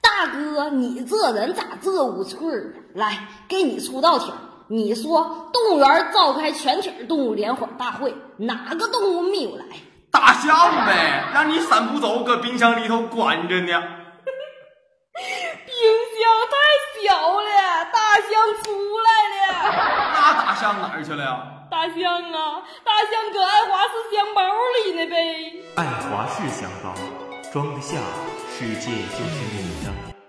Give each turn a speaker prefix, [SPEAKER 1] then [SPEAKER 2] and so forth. [SPEAKER 1] 大哥，你这人咋这无趣儿呢？来，给你出道题儿，你说动物园召开全体动物联欢大会，哪个动物没有来？
[SPEAKER 2] 大象呗，让你闪不走，搁冰箱里头关着呢。
[SPEAKER 1] 冰箱太小了，大象出来了。
[SPEAKER 2] 那大象哪儿去了呀？
[SPEAKER 1] 大象啊，大象搁爱华仕箱包里呢呗。
[SPEAKER 3] 爱华仕香包装得下，世界就是你的。